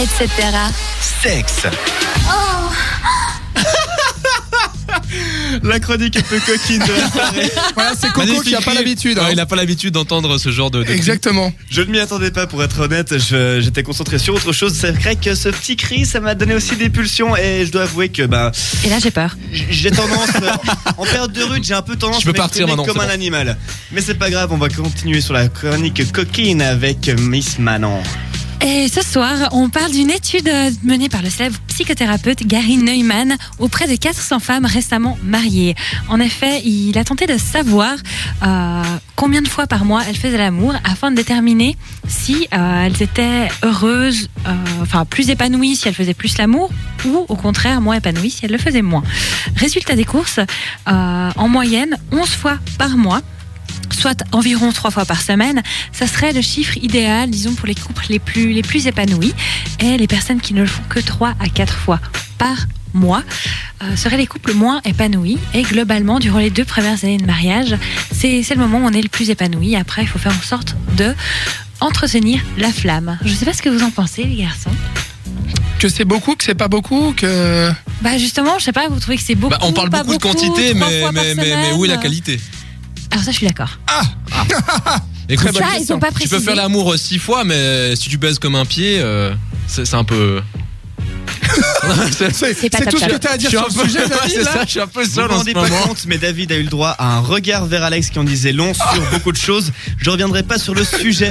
etc. Sexe. Oh. La chronique un peu coquine de la soirée. Voilà, c'est Coco Magnifique qui a pas clip. l'habitude. hein. Ouais, il n'a pas l'habitude d'entendre ce genre de. de clip. Exactement. Je ne m'y attendais pas pour être honnête, Je- j'étais concentré sur autre chose. C'est vrai que ce petit cri, ça m'a donné aussi des pulsions et je dois avouer que ben, Et là, j'ai peur. j- j'ai tendance, euh, en période de rue, j'ai un peu tendance Je peux à m'exprimer partir maintenant, comme c'est un bon. animal. Mais c'est pas grave, on va continuer sur la chronique coquine avec Miss Manon. Et ce soir, on parle d'une étude euh, menée par le célèbre psychothérapeute Gary Neumann auprès de 400 femmes récemment mariées. En effet, il a tenté de savoir euh, combien de fois par mois elles faisaient l'amour afin de déterminer si euh, elles étaient heureuses, euh, enfin plus épanouies si elles faisaient plus l'amour ou au contraire moins épanouies si elles le faisaient moins. Résultat des courses, euh, en moyenne 11 fois par mois, soit environ 3 fois par semaine, ça serait le chiffre idéal, disons, pour les couples les plus, les plus épanouis. Et les personnes qui ne le font que 3 à 4 fois par mois euh, seraient les couples moins épanouis. Et globalement, durant les deux premières années de mariage, c'est c'est le moment où on est le plus épanoui. Après, il faut faire en sorte de entretenir la flamme. Je ne sais pas ce que vous en pensez, les garçons. Que c'est beaucoup, que c'est pas beaucoup, que. Bah justement, je sais pas, vous trouvez que c'est beaucoup Bah, on parle pas beaucoup de quantité, trois mais, fois par mais, mais, mais semaine où est la qualité Alors ça, je suis d'accord. Écoute, bonne Ça, ils question. sont pas tu précisés. peux faire l'amour euh, six fois, mais si tu baises comme un pied, euh, c'est c'est un peu. C'est pas c'est top tout ce top. que t'as à dire Je suis sur le un peu- sujet, Ouais, David, c'est là ça, je suis un peu Vous seul vous en rendez ce pas moment. compte, mais David a eu le droit à un regard vers Alex qui en disait long sur beaucoup de choses. Je reviendrai pas sur le sujet